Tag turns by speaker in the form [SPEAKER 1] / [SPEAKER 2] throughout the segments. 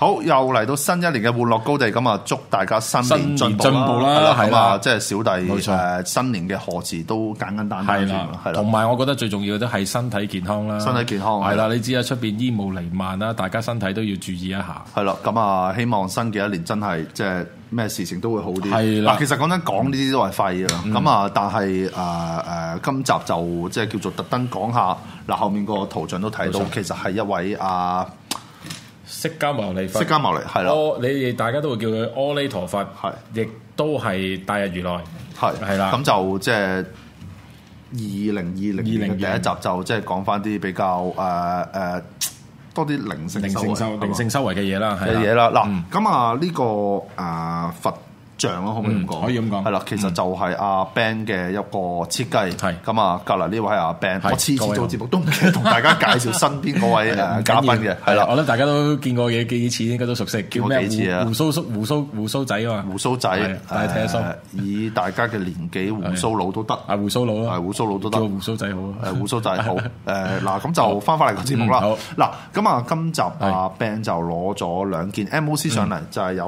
[SPEAKER 1] 好，又嚟到新一年嘅玩樂高地，咁啊，祝大家新年進步
[SPEAKER 2] 新年進步啦
[SPEAKER 1] 係
[SPEAKER 2] 係
[SPEAKER 1] 咁
[SPEAKER 2] 啦
[SPEAKER 1] 啊，即係小弟
[SPEAKER 2] 冇
[SPEAKER 1] 誒
[SPEAKER 2] 錯
[SPEAKER 1] 新年嘅賀字都簡簡單單
[SPEAKER 2] 係
[SPEAKER 1] 添
[SPEAKER 2] 啦，
[SPEAKER 1] 係
[SPEAKER 2] 同
[SPEAKER 1] 啦，
[SPEAKER 2] 埋我覺得最重要都係身體健康啦。
[SPEAKER 1] 啊身體健康
[SPEAKER 2] 係啦，你知啊，出邊煙霧瀰漫啦，大家身體都要注意一下。
[SPEAKER 1] 係啦，咁啊，希望新嘅一年真係即係咩事情都會好啲。
[SPEAKER 2] 係啦
[SPEAKER 1] 嗱
[SPEAKER 2] 嗯
[SPEAKER 1] 其實講真，講呢啲都係廢嘅啦。咁啊，但係誒誒，今集就即係叫做特登講下嗱，後面個圖像都睇到
[SPEAKER 2] 冇錯，
[SPEAKER 1] 其實係一位啊
[SPEAKER 2] 釋迦牟尼佛，
[SPEAKER 1] 釋迦牟尼係啦
[SPEAKER 2] 阿哦你哋大家都會叫佢阿彌陀佛，
[SPEAKER 1] 係
[SPEAKER 2] 亦都係大日如來，
[SPEAKER 1] 係
[SPEAKER 2] 係啦
[SPEAKER 1] 咁就即係二零二零年嘅第一集就即係講翻啲比較誒誒、呃多啲靈性
[SPEAKER 2] 靈
[SPEAKER 1] 修
[SPEAKER 2] 性修
[SPEAKER 1] 為
[SPEAKER 2] 靈性修為嗯嘅嘢啦，
[SPEAKER 1] 嘅
[SPEAKER 2] 係
[SPEAKER 1] 嘢啦。嗱，咁啊呢個誒佛像咯，可唔可以咁講？
[SPEAKER 2] 嗯可以咁講嗯
[SPEAKER 1] 係啦，其實就係阿 Ben 嘅一個設計。
[SPEAKER 2] 係
[SPEAKER 1] 咁啊，隔離呢位係阿 Ben，
[SPEAKER 2] 係
[SPEAKER 1] 我次次
[SPEAKER 2] 各位好
[SPEAKER 1] 做節目都唔記得同大家介紹身邊嗰位誒嘉賓嘅，係
[SPEAKER 2] 係啦，
[SPEAKER 1] 啦。
[SPEAKER 2] 我諗大家都見過嘅幾次，應該都熟悉，叫
[SPEAKER 1] 過
[SPEAKER 2] 咩
[SPEAKER 1] 幾次啊
[SPEAKER 2] 胡胡鬚叔、胡鬚胡鬚仔啊嘛，
[SPEAKER 1] 胡鬚仔
[SPEAKER 2] 係，大家睇下
[SPEAKER 1] 誒以大家嘅年紀，胡鬚佬都得，
[SPEAKER 2] 啊胡鬚佬啊，
[SPEAKER 1] 係胡鬚佬都得
[SPEAKER 2] 叫胡鬚仔好啊，
[SPEAKER 1] 誒胡鬚仔 好誒嗱，咁就翻返嚟個節目啦
[SPEAKER 2] 嗯好。
[SPEAKER 1] 嗱，咁啊，今集阿
[SPEAKER 2] 係嗯
[SPEAKER 1] Ben 就攞咗兩件 MOC 上嚟，就係有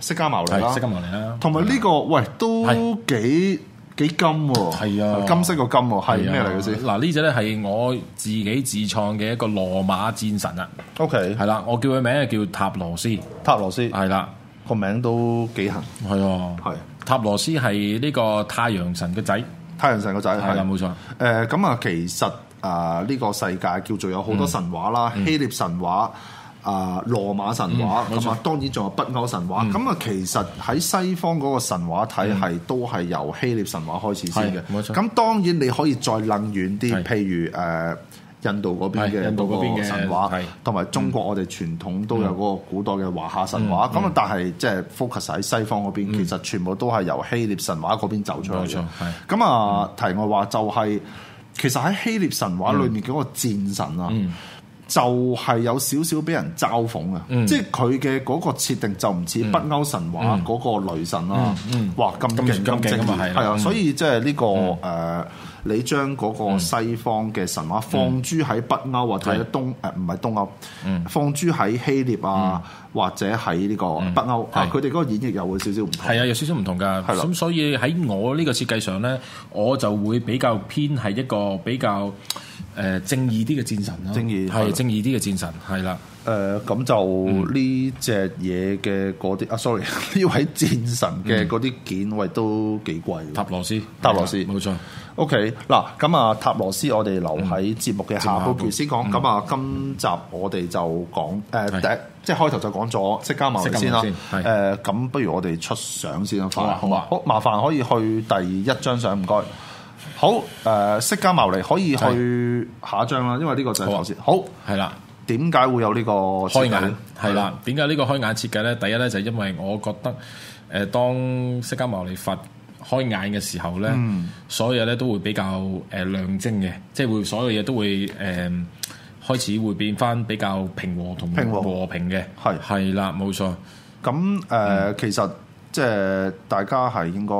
[SPEAKER 1] 誒釋迦牟尼
[SPEAKER 2] 係
[SPEAKER 1] 啦，
[SPEAKER 2] 釋迦牟尼啦
[SPEAKER 1] 同埋呢個喂都
[SPEAKER 2] 係
[SPEAKER 1] 幾幾金喎，
[SPEAKER 2] 係啊
[SPEAKER 1] 金色個金喎，係
[SPEAKER 2] 係啊
[SPEAKER 1] 咩嚟嘅先
[SPEAKER 2] 嗱呢只咧係我自己自創嘅一個羅馬戰神啊，
[SPEAKER 1] ？OK，
[SPEAKER 2] 係啦，我叫佢名就叫塔羅斯，
[SPEAKER 1] 塔羅斯
[SPEAKER 2] 係啦，
[SPEAKER 1] 個名都幾行，
[SPEAKER 2] 係啊，
[SPEAKER 1] 係
[SPEAKER 2] 塔羅斯係呢個太陽神嘅仔，
[SPEAKER 1] 太陽神個仔
[SPEAKER 2] 係啦冇錯。
[SPEAKER 1] 誒咁啊，其實啊呢個世界叫做有好多神話啦，
[SPEAKER 2] 嗯
[SPEAKER 1] 希臘神話。啊，羅馬神話咁啊，當然仲有北歐神話。
[SPEAKER 2] 嗯
[SPEAKER 1] 咁啊，其實喺西方嗰個神話體系都係由希臘神話開始先嘅
[SPEAKER 2] 係。冇錯
[SPEAKER 1] 咁當然你可以再楞遠啲，
[SPEAKER 2] 係
[SPEAKER 1] 譬如誒印度嗰邊嘅
[SPEAKER 2] 係印度嗰邊嘅
[SPEAKER 1] 嗰個神話
[SPEAKER 2] 係，
[SPEAKER 1] 同埋中國我哋傳統都有嗰個古代嘅華夏神
[SPEAKER 2] 嗯
[SPEAKER 1] 話。咁啊，但係即係 focus 喺西方嗰邊，其實全部都係由希臘神話嗰邊走出嚟
[SPEAKER 2] 冇錯
[SPEAKER 1] 嘅。
[SPEAKER 2] 係
[SPEAKER 1] 咁啊，題外話就係、其實喺希臘神話裏面嗰個戰神啊，
[SPEAKER 2] 嗯
[SPEAKER 1] 就係有少少俾人嘲諷啊，
[SPEAKER 2] 嗯
[SPEAKER 1] 即係佢嘅嗰個設定就唔似北歐神話嗰個雷神啦，哇咁
[SPEAKER 2] 嗯咁
[SPEAKER 1] 勁咁
[SPEAKER 2] 勁咁
[SPEAKER 1] 正
[SPEAKER 2] 勁啊嘛係啦
[SPEAKER 1] 係啊，
[SPEAKER 2] 嗯
[SPEAKER 1] 所以即係呢個誒。你將嗰個西方嘅神話
[SPEAKER 2] 嗯
[SPEAKER 1] 放諸喺北歐或者東誒唔係東歐，放諸喺希臘啊或者喺呢個北歐啊，
[SPEAKER 2] 嗯係
[SPEAKER 1] 佢哋嗰個演繹又會少少唔同。
[SPEAKER 2] 係啊，有少少唔同㗎。
[SPEAKER 1] 哦係啦
[SPEAKER 2] 咁所以喺我呢個設計上咧，我就會比較偏係一個比較誒、呃正義啲嘅戰神啦。
[SPEAKER 1] 正義係啦
[SPEAKER 2] 係正義啲嘅戰神，係啦。
[SPEAKER 1] 誒咁
[SPEAKER 2] 嗯
[SPEAKER 1] 就呢只嘢嘅嗰啲啊，sorry，呢位戰神嘅嗰啲件位都幾貴
[SPEAKER 2] 嗯塔
[SPEAKER 1] 喎。
[SPEAKER 2] 羅斯，
[SPEAKER 1] 塔羅斯
[SPEAKER 2] 係啦冇錯。
[SPEAKER 1] O K，嗱咁啊，塔羅斯我哋留喺節目嘅下半
[SPEAKER 2] 嗯節目嗯
[SPEAKER 1] 段先講。咁啊，今集我哋就講誒
[SPEAKER 2] 係
[SPEAKER 1] 第一即係開頭就講咗釋迦牟尼先啦
[SPEAKER 2] 釋。迦牟尼先
[SPEAKER 1] 誒咁，不如我哋出相先啦，快
[SPEAKER 2] 好啊好啊
[SPEAKER 1] 好麻煩可以去第一張相，唔該。好誒，釋迦牟尼可以去下一張啦，因為呢個就係
[SPEAKER 2] 好啊
[SPEAKER 1] 頭先。好，
[SPEAKER 2] 係啦，
[SPEAKER 1] 點解會有呢個設計
[SPEAKER 2] 開眼係啦。
[SPEAKER 1] 嗯
[SPEAKER 2] 點解呢個開眼設計咧？第一咧就係因為我覺得誒、呃，當釋迦牟尼佛開眼嘅時候咧，
[SPEAKER 1] 嗯
[SPEAKER 2] 所有咧都會比較誒、呃、亮晶嘅，即係會所有嘢都會誒、呃、開始會變翻比較平和同
[SPEAKER 1] 平和
[SPEAKER 2] 和平嘅，
[SPEAKER 1] 係
[SPEAKER 2] 係啦，冇錯。
[SPEAKER 1] 咁誒、
[SPEAKER 2] 嗯
[SPEAKER 1] 呃其實即係大家係應該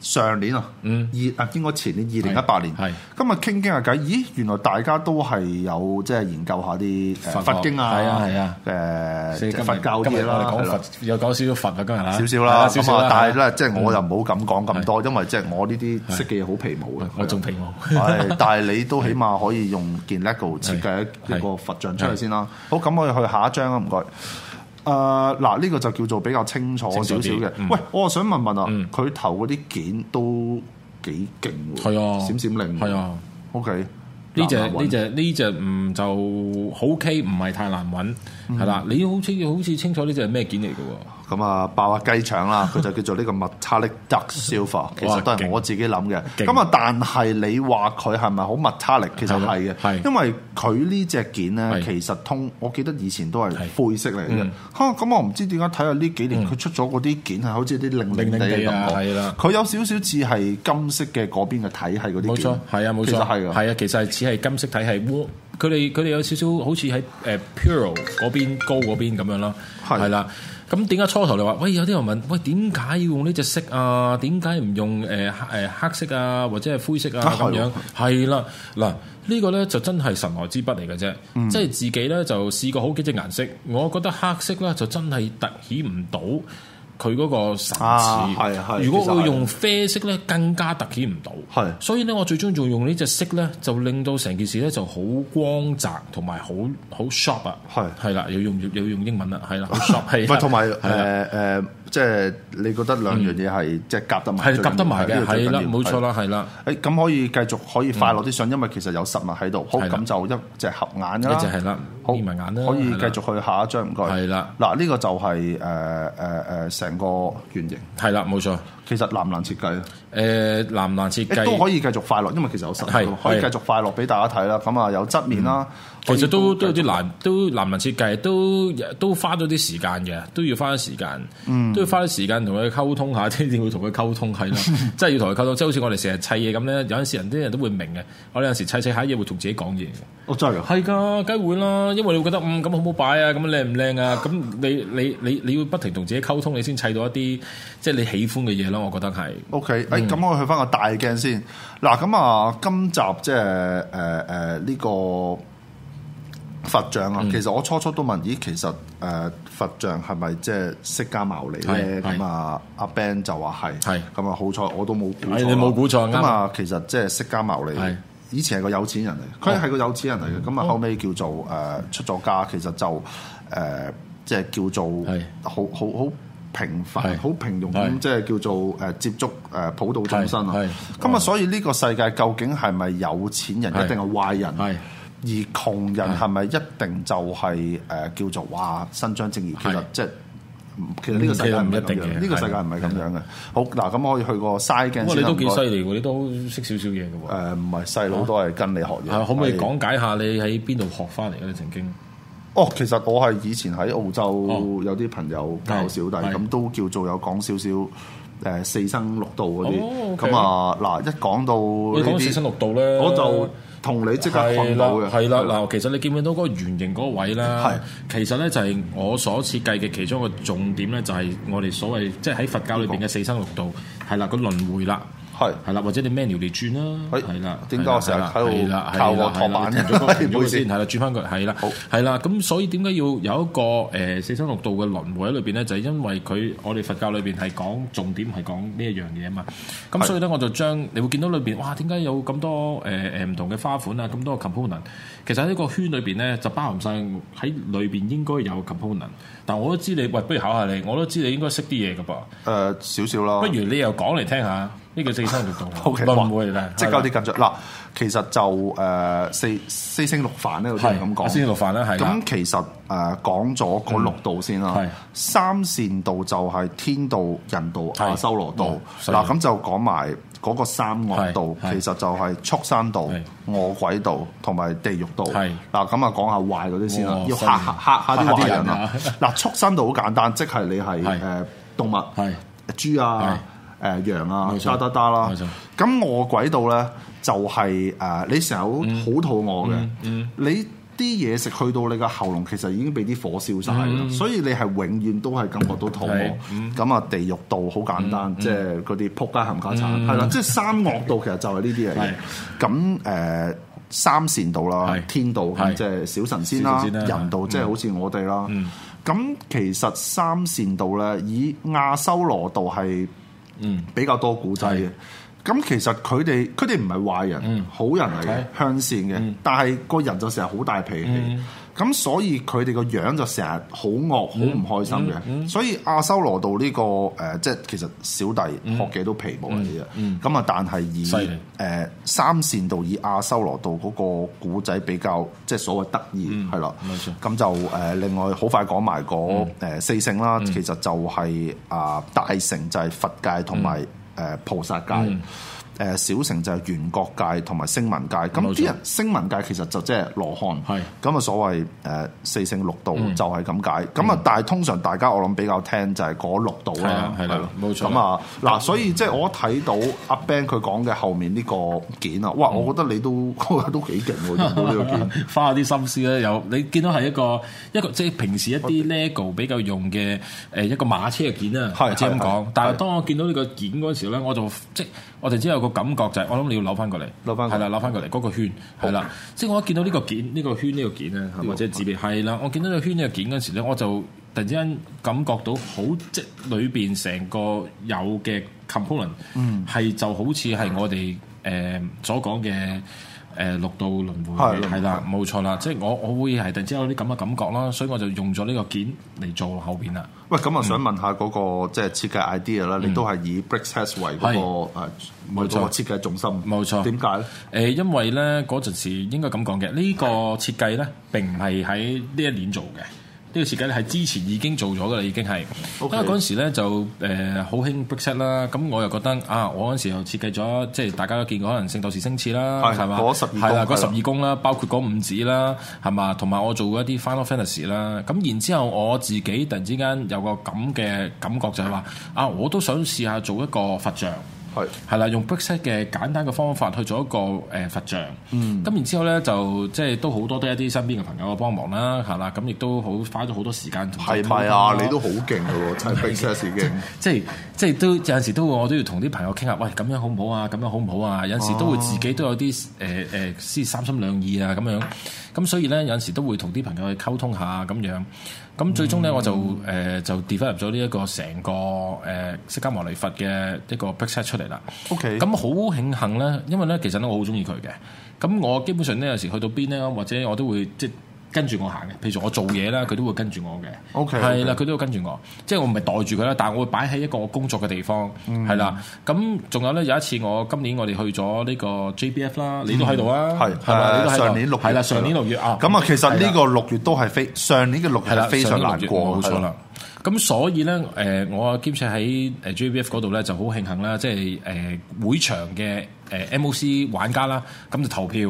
[SPEAKER 1] 上年啊，
[SPEAKER 2] 嗯
[SPEAKER 1] 二啊應該前年二零一八年，
[SPEAKER 2] 係
[SPEAKER 1] 今日傾傾下偈，咦，原來大家都係有即係研究下啲呃
[SPEAKER 2] 佛學
[SPEAKER 1] 佛經啊，
[SPEAKER 2] 係啊係啊
[SPEAKER 1] 誒
[SPEAKER 2] 所以
[SPEAKER 1] 即係
[SPEAKER 2] 今日
[SPEAKER 1] 佛教
[SPEAKER 2] 今日
[SPEAKER 1] 嘢
[SPEAKER 2] 我哋
[SPEAKER 1] 啦，
[SPEAKER 2] 講
[SPEAKER 1] 係啦
[SPEAKER 2] 佛，又講少少佛啊，今日啊
[SPEAKER 1] 少少
[SPEAKER 2] 係
[SPEAKER 1] 啦，
[SPEAKER 2] 啊少
[SPEAKER 1] 咁
[SPEAKER 2] 少
[SPEAKER 1] 啊
[SPEAKER 2] 啦，，
[SPEAKER 1] 但係
[SPEAKER 2] 係啊
[SPEAKER 1] 咧，即係我又唔好咁講咁多，因為即係我呢啲識嘅嘢好皮毛嘅，
[SPEAKER 2] 我仲平和。
[SPEAKER 1] 係，但係你都起碼可以用件 LEGO 設計一
[SPEAKER 2] 係
[SPEAKER 1] 一個佛像出嚟先啦。好，咁我哋去下一張啊，唔該。誒嗱，呢個就叫做比較清楚少少
[SPEAKER 2] 清楚
[SPEAKER 1] 嘅
[SPEAKER 2] 啲。嗯
[SPEAKER 1] 喂，我又想問問啊，佢頭嗰啲件都幾勁喎，
[SPEAKER 2] 係啊
[SPEAKER 1] 閃閃令。
[SPEAKER 2] 係啊，
[SPEAKER 1] ，OK，
[SPEAKER 2] 呢只
[SPEAKER 1] 難揾
[SPEAKER 2] 呢只呢只唔就好 K，唔係太難揾，係啦。你好似好似清楚呢只係咩件嚟嘅喎？
[SPEAKER 1] 咁啊，爆下雞腸啦， 佢就叫做呢個 metallic duck silver，其實都係我自己諗嘅。
[SPEAKER 2] 勁
[SPEAKER 1] 咁啊，但係你話佢係咪好 metallic？其實係
[SPEAKER 2] 係
[SPEAKER 1] 嘅，因為佢呢只件咧，
[SPEAKER 2] 係
[SPEAKER 1] 其實通我記得以前都係
[SPEAKER 2] 係
[SPEAKER 1] 灰色嚟嘅
[SPEAKER 2] 嗯。
[SPEAKER 1] 嚇，咁我唔知點解睇下呢幾年佢出咗嗰啲件係好似啲零零
[SPEAKER 2] 零
[SPEAKER 1] 地
[SPEAKER 2] 零
[SPEAKER 1] 嘅
[SPEAKER 2] 地啊
[SPEAKER 1] 感覺
[SPEAKER 2] 係啦
[SPEAKER 1] 佢有少少似係金色嘅嗰邊嘅體系嗰啲
[SPEAKER 2] 冇
[SPEAKER 1] 件
[SPEAKER 2] 錯，係啊，冇
[SPEAKER 1] 其實
[SPEAKER 2] 錯，
[SPEAKER 1] 係㗎。
[SPEAKER 2] 係啊，其實係似係金色體系烏佢哋佢哋有少少好似喺誒 Puro 嗰邊高嗰邊咁樣啦，
[SPEAKER 1] 係
[SPEAKER 2] 係啦。咁點解初頭你話喂有啲人問喂點解要用呢只色啊？點解唔用誒黑誒黑色啊或者係灰色啊
[SPEAKER 1] 啊
[SPEAKER 2] 咁
[SPEAKER 1] 係喎
[SPEAKER 2] 樣？係啦，嗱呢個咧就真係神來之筆嚟嘅啫，
[SPEAKER 1] 嗯
[SPEAKER 2] 即係自己咧就試過好幾隻顏色，我覺得黑色咧就真係突顯唔到佢嗰個神
[SPEAKER 1] 啊
[SPEAKER 2] 似。
[SPEAKER 1] 係係
[SPEAKER 2] 如果
[SPEAKER 1] 其實
[SPEAKER 2] 我
[SPEAKER 1] 係
[SPEAKER 2] 用啡色咧，更加突顯唔到。
[SPEAKER 1] 係
[SPEAKER 2] 所以咧，我最中意仲用呢隻色咧，就令到成件事咧就好光澤同埋好好 sharp 啊。
[SPEAKER 1] 係
[SPEAKER 2] 係啦，要用要用英文啦，係啦， 好 sharp 係
[SPEAKER 1] 唔
[SPEAKER 2] 啦。
[SPEAKER 1] 係同埋誒
[SPEAKER 2] 係啦嗯
[SPEAKER 1] 誒，即係你覺得兩樣嘢係即係夾得埋
[SPEAKER 2] 係
[SPEAKER 1] 最緊要，
[SPEAKER 2] 夾得埋
[SPEAKER 1] 呢
[SPEAKER 2] 嘅，
[SPEAKER 1] 個最
[SPEAKER 2] 係啦，
[SPEAKER 1] 緊要
[SPEAKER 2] 冇
[SPEAKER 1] 係
[SPEAKER 2] 錯啦，係啦，
[SPEAKER 1] 誒哎咁可以繼續可以快樂啲上，因為其實有實物喺度，好
[SPEAKER 2] 嗯係啦
[SPEAKER 1] 咁就一隻合眼啦，
[SPEAKER 2] 一隻係啦
[SPEAKER 1] 好
[SPEAKER 2] 眯埋眼啦
[SPEAKER 1] 可以
[SPEAKER 2] 係
[SPEAKER 1] 繼
[SPEAKER 2] 啦
[SPEAKER 1] 續去下一張唔該。
[SPEAKER 2] 係啦，
[SPEAKER 1] 嗱呢個就係誒誒誒成個原型，
[SPEAKER 2] 係啦，冇錯。
[SPEAKER 1] 其實難唔難設計啊？
[SPEAKER 2] 誒難唔難設
[SPEAKER 1] 誒都
[SPEAKER 2] 計？
[SPEAKER 1] 可以繼續快樂，因為其實有實
[SPEAKER 2] 係
[SPEAKER 1] 物，可以繼
[SPEAKER 2] 係
[SPEAKER 1] 續快樂俾大家睇啦。咁啊有側面啦，
[SPEAKER 2] 其實都都有
[SPEAKER 1] 繼
[SPEAKER 2] 啲
[SPEAKER 1] 續
[SPEAKER 2] 難，都難文設計，都都花咗啲時間嘅，都要花啲時間，
[SPEAKER 1] 嗯
[SPEAKER 2] 都要花啲時間同佢溝通下， 即係要同佢溝通係 啦，真係要同佢溝通，即係好似我哋成日砌嘢咁咧，有陣時人啲人都會明嘅，我哋有陣時砌砌下嘢會同自己講嘢嘅。
[SPEAKER 1] 哦真係㗎
[SPEAKER 2] 係噶，梗係會啦，因為你會覺得嗯咁好唔好擺啊，咁靚唔靚 啊，咁你你你你要不停同自己溝通，你先砌到一啲即係你喜歡嘅嘢咯。我覺得係
[SPEAKER 1] O K，誒
[SPEAKER 2] 嗯
[SPEAKER 1] 咁我去翻個大鏡先。嗱咁啊，今集即係誒誒呢個佛像
[SPEAKER 2] 嗯
[SPEAKER 1] 啊，其實我初初都問，咦，其實誒、呃佛像係咪即係釋迦牟尼咧？
[SPEAKER 2] 係係
[SPEAKER 1] 咁啊，阿 Ben 就話係，
[SPEAKER 2] 係
[SPEAKER 1] 咁啊，好彩我都冇估錯啦，
[SPEAKER 2] 係你冇估錯啱
[SPEAKER 1] 咁啊，其實即係釋迦牟尼
[SPEAKER 2] 係。哦
[SPEAKER 1] 以前係個有錢人嚟，佢係個有錢人嚟嘅，咁啊後尾叫做誒、呃出咗家，其實就誒、呃即係叫做
[SPEAKER 2] 係
[SPEAKER 1] 好好好平凡、
[SPEAKER 2] 係
[SPEAKER 1] 好平庸咁
[SPEAKER 2] 係
[SPEAKER 1] 即係叫做誒接觸誒普度眾生啊
[SPEAKER 2] 係。係
[SPEAKER 1] 咁啊，所以呢個世界究竟係咪有錢人
[SPEAKER 2] 係
[SPEAKER 1] 一定係壞人？
[SPEAKER 2] 係
[SPEAKER 1] 而窮人係咪一定就係誒叫做哇伸張正義？其實
[SPEAKER 2] 係
[SPEAKER 1] 即係其實呢個世界唔係咁
[SPEAKER 2] 其實唔一
[SPEAKER 1] 樣，
[SPEAKER 2] 定嘅
[SPEAKER 1] 呢個世界唔係咁樣嘅。好嗱，咁可以去個 side 鏡
[SPEAKER 2] 不過
[SPEAKER 1] 先
[SPEAKER 2] 你
[SPEAKER 1] 啦。
[SPEAKER 2] 都幾
[SPEAKER 1] 唔該
[SPEAKER 2] 犀利喎，你都識少少嘢嘅喎。啊
[SPEAKER 1] 誒唔係細佬都係跟你學嘢。
[SPEAKER 2] 係可唔可以
[SPEAKER 1] 係
[SPEAKER 2] 講解下你喺邊度學翻嚟嘅？你曾經
[SPEAKER 1] 哦，其實我係以前喺澳洲
[SPEAKER 2] 哦
[SPEAKER 1] 有啲朋友教小弟，
[SPEAKER 2] 係係
[SPEAKER 1] 咁都叫做有講少少。誒四生六道嗰啲，
[SPEAKER 2] 哦，OK
[SPEAKER 1] 咁啊嗱，一講
[SPEAKER 2] 你
[SPEAKER 1] 到呢
[SPEAKER 2] 講四
[SPEAKER 1] 啲
[SPEAKER 2] 生，六道咧，
[SPEAKER 1] 我就同你即刻困
[SPEAKER 2] 係
[SPEAKER 1] 到
[SPEAKER 2] 啦
[SPEAKER 1] 嘅，，
[SPEAKER 2] 係啦。嗱，其實你見唔見到嗰個圓形嗰個位啦？其實咧就係我所設計嘅其中一個重點咧，就係我哋所謂即係喺佛教裏邊嘅四生六道，係啦，個輪迴啦。
[SPEAKER 1] 係
[SPEAKER 2] 係啦，或者你咩料嚟轉啦，
[SPEAKER 1] 哎
[SPEAKER 2] 係啦，
[SPEAKER 1] 點解我成日喺度
[SPEAKER 2] 係啦係啦
[SPEAKER 1] 靠我
[SPEAKER 2] 係啦
[SPEAKER 1] 托板嘅
[SPEAKER 2] 轉
[SPEAKER 1] 唔
[SPEAKER 2] 咗個轉咗
[SPEAKER 1] 好
[SPEAKER 2] 個
[SPEAKER 1] 意思
[SPEAKER 2] 先，係啦，轉翻佢，係啦
[SPEAKER 1] 好，
[SPEAKER 2] 係啦，咁所以點解要有一個誒四生六道嘅輪迴喺裏邊咧？就係因為佢我哋佛教裏邊係講重點係講呢一樣嘢啊嘛。咁所以咧，我就將你會見到裏邊，哇，點解有咁多誒誒唔同嘅花款啊，咁多個 component？其實喺呢個圈裏邊咧，就包含晒喺裏邊應該有 component。但我都知你，喂，不如考下你，我都知你應該識啲嘢㗎噃。
[SPEAKER 1] 誒少少啦。
[SPEAKER 2] 不如你又講嚟聽下呢個四生六道
[SPEAKER 1] O K，
[SPEAKER 2] 輪迴嚟啦，
[SPEAKER 1] 即刻有啲緊張。嗱，其實就誒四四星六飯咧，有啲
[SPEAKER 2] 係
[SPEAKER 1] 人咁講。
[SPEAKER 2] 四生六飯啦，係啦
[SPEAKER 1] 咁，其實誒、呃、講咗嗰六道先啦，
[SPEAKER 2] 嗯係
[SPEAKER 1] 三善道就係天道、人道、
[SPEAKER 2] 係
[SPEAKER 1] 阿修羅道
[SPEAKER 2] 哦。犀利
[SPEAKER 1] 嗱咁就講埋嗰個三惡道
[SPEAKER 2] 係，係
[SPEAKER 1] 其實就係畜生道
[SPEAKER 2] 係、
[SPEAKER 1] 餓鬼道同埋地獄道。
[SPEAKER 2] 係
[SPEAKER 1] 嗱咁啊，講下壞嗰啲先啦
[SPEAKER 2] 哇，
[SPEAKER 1] 要
[SPEAKER 2] 犀
[SPEAKER 1] 嚇
[SPEAKER 2] 利
[SPEAKER 1] 嚇嚇嚇啲
[SPEAKER 2] 嚇啲
[SPEAKER 1] 壞
[SPEAKER 2] 人
[SPEAKER 1] 人啊
[SPEAKER 2] 啊！
[SPEAKER 1] 嗱，畜生道好簡單，即係你係
[SPEAKER 2] 係
[SPEAKER 1] 誒動物。
[SPEAKER 2] 係
[SPEAKER 1] 豬啊、誒羊啊
[SPEAKER 2] 冇、錯
[SPEAKER 1] 哒哒哒啦
[SPEAKER 2] 冇錯。
[SPEAKER 1] 咁餓鬼道咧就係、誒，你成日好好肚餓嘅，
[SPEAKER 2] 嗯
[SPEAKER 1] 你。啲嘢食去到你個喉嚨，其實已經俾啲火燒晒啦，所以你係永遠都係感覺到肚餓
[SPEAKER 2] 嗯係。嗯
[SPEAKER 1] 咁啊，地獄道好簡單，即係嗰啲撲街冚家
[SPEAKER 2] 嗯
[SPEAKER 1] 鏟，係啦，即係三惡道其實就係呢啲嘢嘅。咁誒三善道啦，
[SPEAKER 2] 係
[SPEAKER 1] 天道咁
[SPEAKER 2] 係
[SPEAKER 1] 即係小神仙啦，
[SPEAKER 2] 小神仙啦嗯
[SPEAKER 1] 人道即係好似我哋啦。咁其實三善道咧，以亞修羅道係
[SPEAKER 2] 嗯
[SPEAKER 1] 比較多古仔嘅
[SPEAKER 2] 係。嗯
[SPEAKER 1] 咁其實佢哋
[SPEAKER 2] 嗯
[SPEAKER 1] 佢哋唔係壞人，好人嚟嘅，向善嘅，但係個人就成日好大脾氣。咁所以佢哋個樣就成日好惡，
[SPEAKER 2] 嗯
[SPEAKER 1] 好唔開心嘅。所以亞修羅道呢、個誒、即係其實小弟學嘅都皮毛嚟嘅。咁啊、但係以
[SPEAKER 2] 嗯犀利
[SPEAKER 1] 誒、呃三線道以亞修羅道嗰個古仔比較，即係所謂得意
[SPEAKER 2] 嗯
[SPEAKER 1] 係啦。咁就誒、另外好快講埋嗰誒四聖啦，
[SPEAKER 2] 嗯
[SPEAKER 1] 其實就係、啊、大乘就係佛界同
[SPEAKER 2] 嗯
[SPEAKER 1] 埋誒菩薩界。誒、小乘就係緣覺界同埋聲聞界，咁
[SPEAKER 2] 冇錯
[SPEAKER 1] 啲人聲聞界其實就即係羅漢
[SPEAKER 2] 係，嗯
[SPEAKER 1] 咁啊所謂誒、四聖六道就係咁解，咁啊、但係通常大家我諗比較聽就係嗰六道
[SPEAKER 2] 係
[SPEAKER 1] 啦
[SPEAKER 2] 啊，係啦冇錯
[SPEAKER 1] 咁啊嗱，所以即係我一睇到阿 Ben 佢講嘅後面呢個件啊，
[SPEAKER 2] 嗯
[SPEAKER 1] 哇！我覺得你都 都幾勁喎，用到呢個 件。
[SPEAKER 2] 啊花啲心思咧，有你見到係一個一個即係平時一啲 LEGO 比較用嘅誒一個馬車嘅件啊，
[SPEAKER 1] 係
[SPEAKER 2] 或者咁
[SPEAKER 1] 係係
[SPEAKER 2] 講。但係當我見到呢個件嗰陣時咧，我就即係我就只有個感覺就係、我諗你要扭翻過嚟，
[SPEAKER 1] 扭返過
[SPEAKER 2] 係
[SPEAKER 1] 嚟
[SPEAKER 2] 啦，扭翻過嚟嗰個圈係啦。即係我一見到呢個件、呢、個圈、呢、個件咧，或者紙幣係啦，我見到呢個圈、呢、個件嗰陣時咧，我就突然之間感覺到好即係裏邊成個有嘅 component
[SPEAKER 1] 嗯
[SPEAKER 2] 係、就好似係我哋誒、所講嘅。誒六道輪迴
[SPEAKER 1] 係輪迴
[SPEAKER 2] 係啦，冇錯啦，即係我我會係突然之間有啲咁嘅感覺啦，所以我就用咗呢個件嚟做後邊啦。
[SPEAKER 1] 喂，咁啊想問下嗰個即係設計 idea 啦，你都係以 b r i c k s Test 為嗰個誒為
[SPEAKER 2] 嗯冇錯
[SPEAKER 1] 嗰個設計重心，
[SPEAKER 2] 冇錯
[SPEAKER 1] 點解咧？
[SPEAKER 2] 誒、因為咧嗰陣時應該咁講嘅，呢、個設計咧並唔係喺呢一年做嘅，呢、個設計咧係之前已經做咗㗎啦，已經係。
[SPEAKER 1] OK
[SPEAKER 2] 因為嗰陣時咧就誒好興 Brexit 啦，咁我又覺得啊，我嗰陣時又設計咗，即係大家都見過可能聖鬥士星矢啦，
[SPEAKER 1] 係
[SPEAKER 2] 係嘛？
[SPEAKER 1] 嗰12
[SPEAKER 2] 係啦，
[SPEAKER 1] 宮
[SPEAKER 2] 嗰十二宮啦，包括嗰五指啦，係嘛？同埋我做過一啲 Final Fantasy 啦，咁然之後我自己突然之間有個咁嘅感覺就係話啊，我都想試下做一個佛像。
[SPEAKER 1] 係
[SPEAKER 2] 係啦，用 Brickset 嘅簡單嘅方法去做一個誒、呃佛像，咁、
[SPEAKER 1] 嗯
[SPEAKER 2] 然之後咧就即係都好多都一啲身邊嘅朋友啊嘅幫忙啦，係啦，咁亦都好花咗好多時間同佢
[SPEAKER 1] 係咪
[SPEAKER 2] 溝
[SPEAKER 1] 啊？
[SPEAKER 2] 通啦
[SPEAKER 1] 你都好勁嘅喎，真係 b r i c k s Test 已經。
[SPEAKER 2] 即係即係都有陣時都會我都要同啲朋友傾下，喂咁樣好唔好啊？咁樣好唔好啊？有陣時都會自己都有啲誒誒先三心兩意啊咁樣，咁所以咧有陣時都會同啲朋友去溝通下咁樣，咁最終咧我就誒、呃就 develop 咗呢一個成個誒釋迦牟尼佛嘅一個 b r i c k set 出嚟啦。
[SPEAKER 1] OK
[SPEAKER 2] 咁好慶幸咧，因為咧其實咧我好中意佢嘅，咁我基本上咧有時去到邊咧，或者我都會即係跟住我行嘅。譬如我做嘢啦，佢都會跟住我嘅。
[SPEAKER 1] OK，
[SPEAKER 2] 係
[SPEAKER 1] OK
[SPEAKER 2] 啦，佢都要跟住我，即係我唔係袋住佢啦，但係我會擺喺一個我工作嘅地方，
[SPEAKER 1] 嗯
[SPEAKER 2] 係啦、咁仲有咧，有一次我今年我哋去咗呢個 JBF 啦，你都喺度啊，
[SPEAKER 1] 嗯係
[SPEAKER 2] 係嘛？你
[SPEAKER 1] 誒
[SPEAKER 2] 都喺度
[SPEAKER 1] 上年六月
[SPEAKER 2] 係啦，上年六月啊，
[SPEAKER 1] 咁啊，其實
[SPEAKER 2] 係啦
[SPEAKER 1] 呢個六月都係非上年嘅六月
[SPEAKER 2] 係啦
[SPEAKER 1] 係，非常難過，
[SPEAKER 2] 冇
[SPEAKER 1] 係
[SPEAKER 2] 錯啦。。咁所以咧，誒、我啊兼且喺誒 JBF 嗰度咧就好慶幸啦，即係誒、呃會場嘅呃誒、MOC 玩家啦，咁就投票。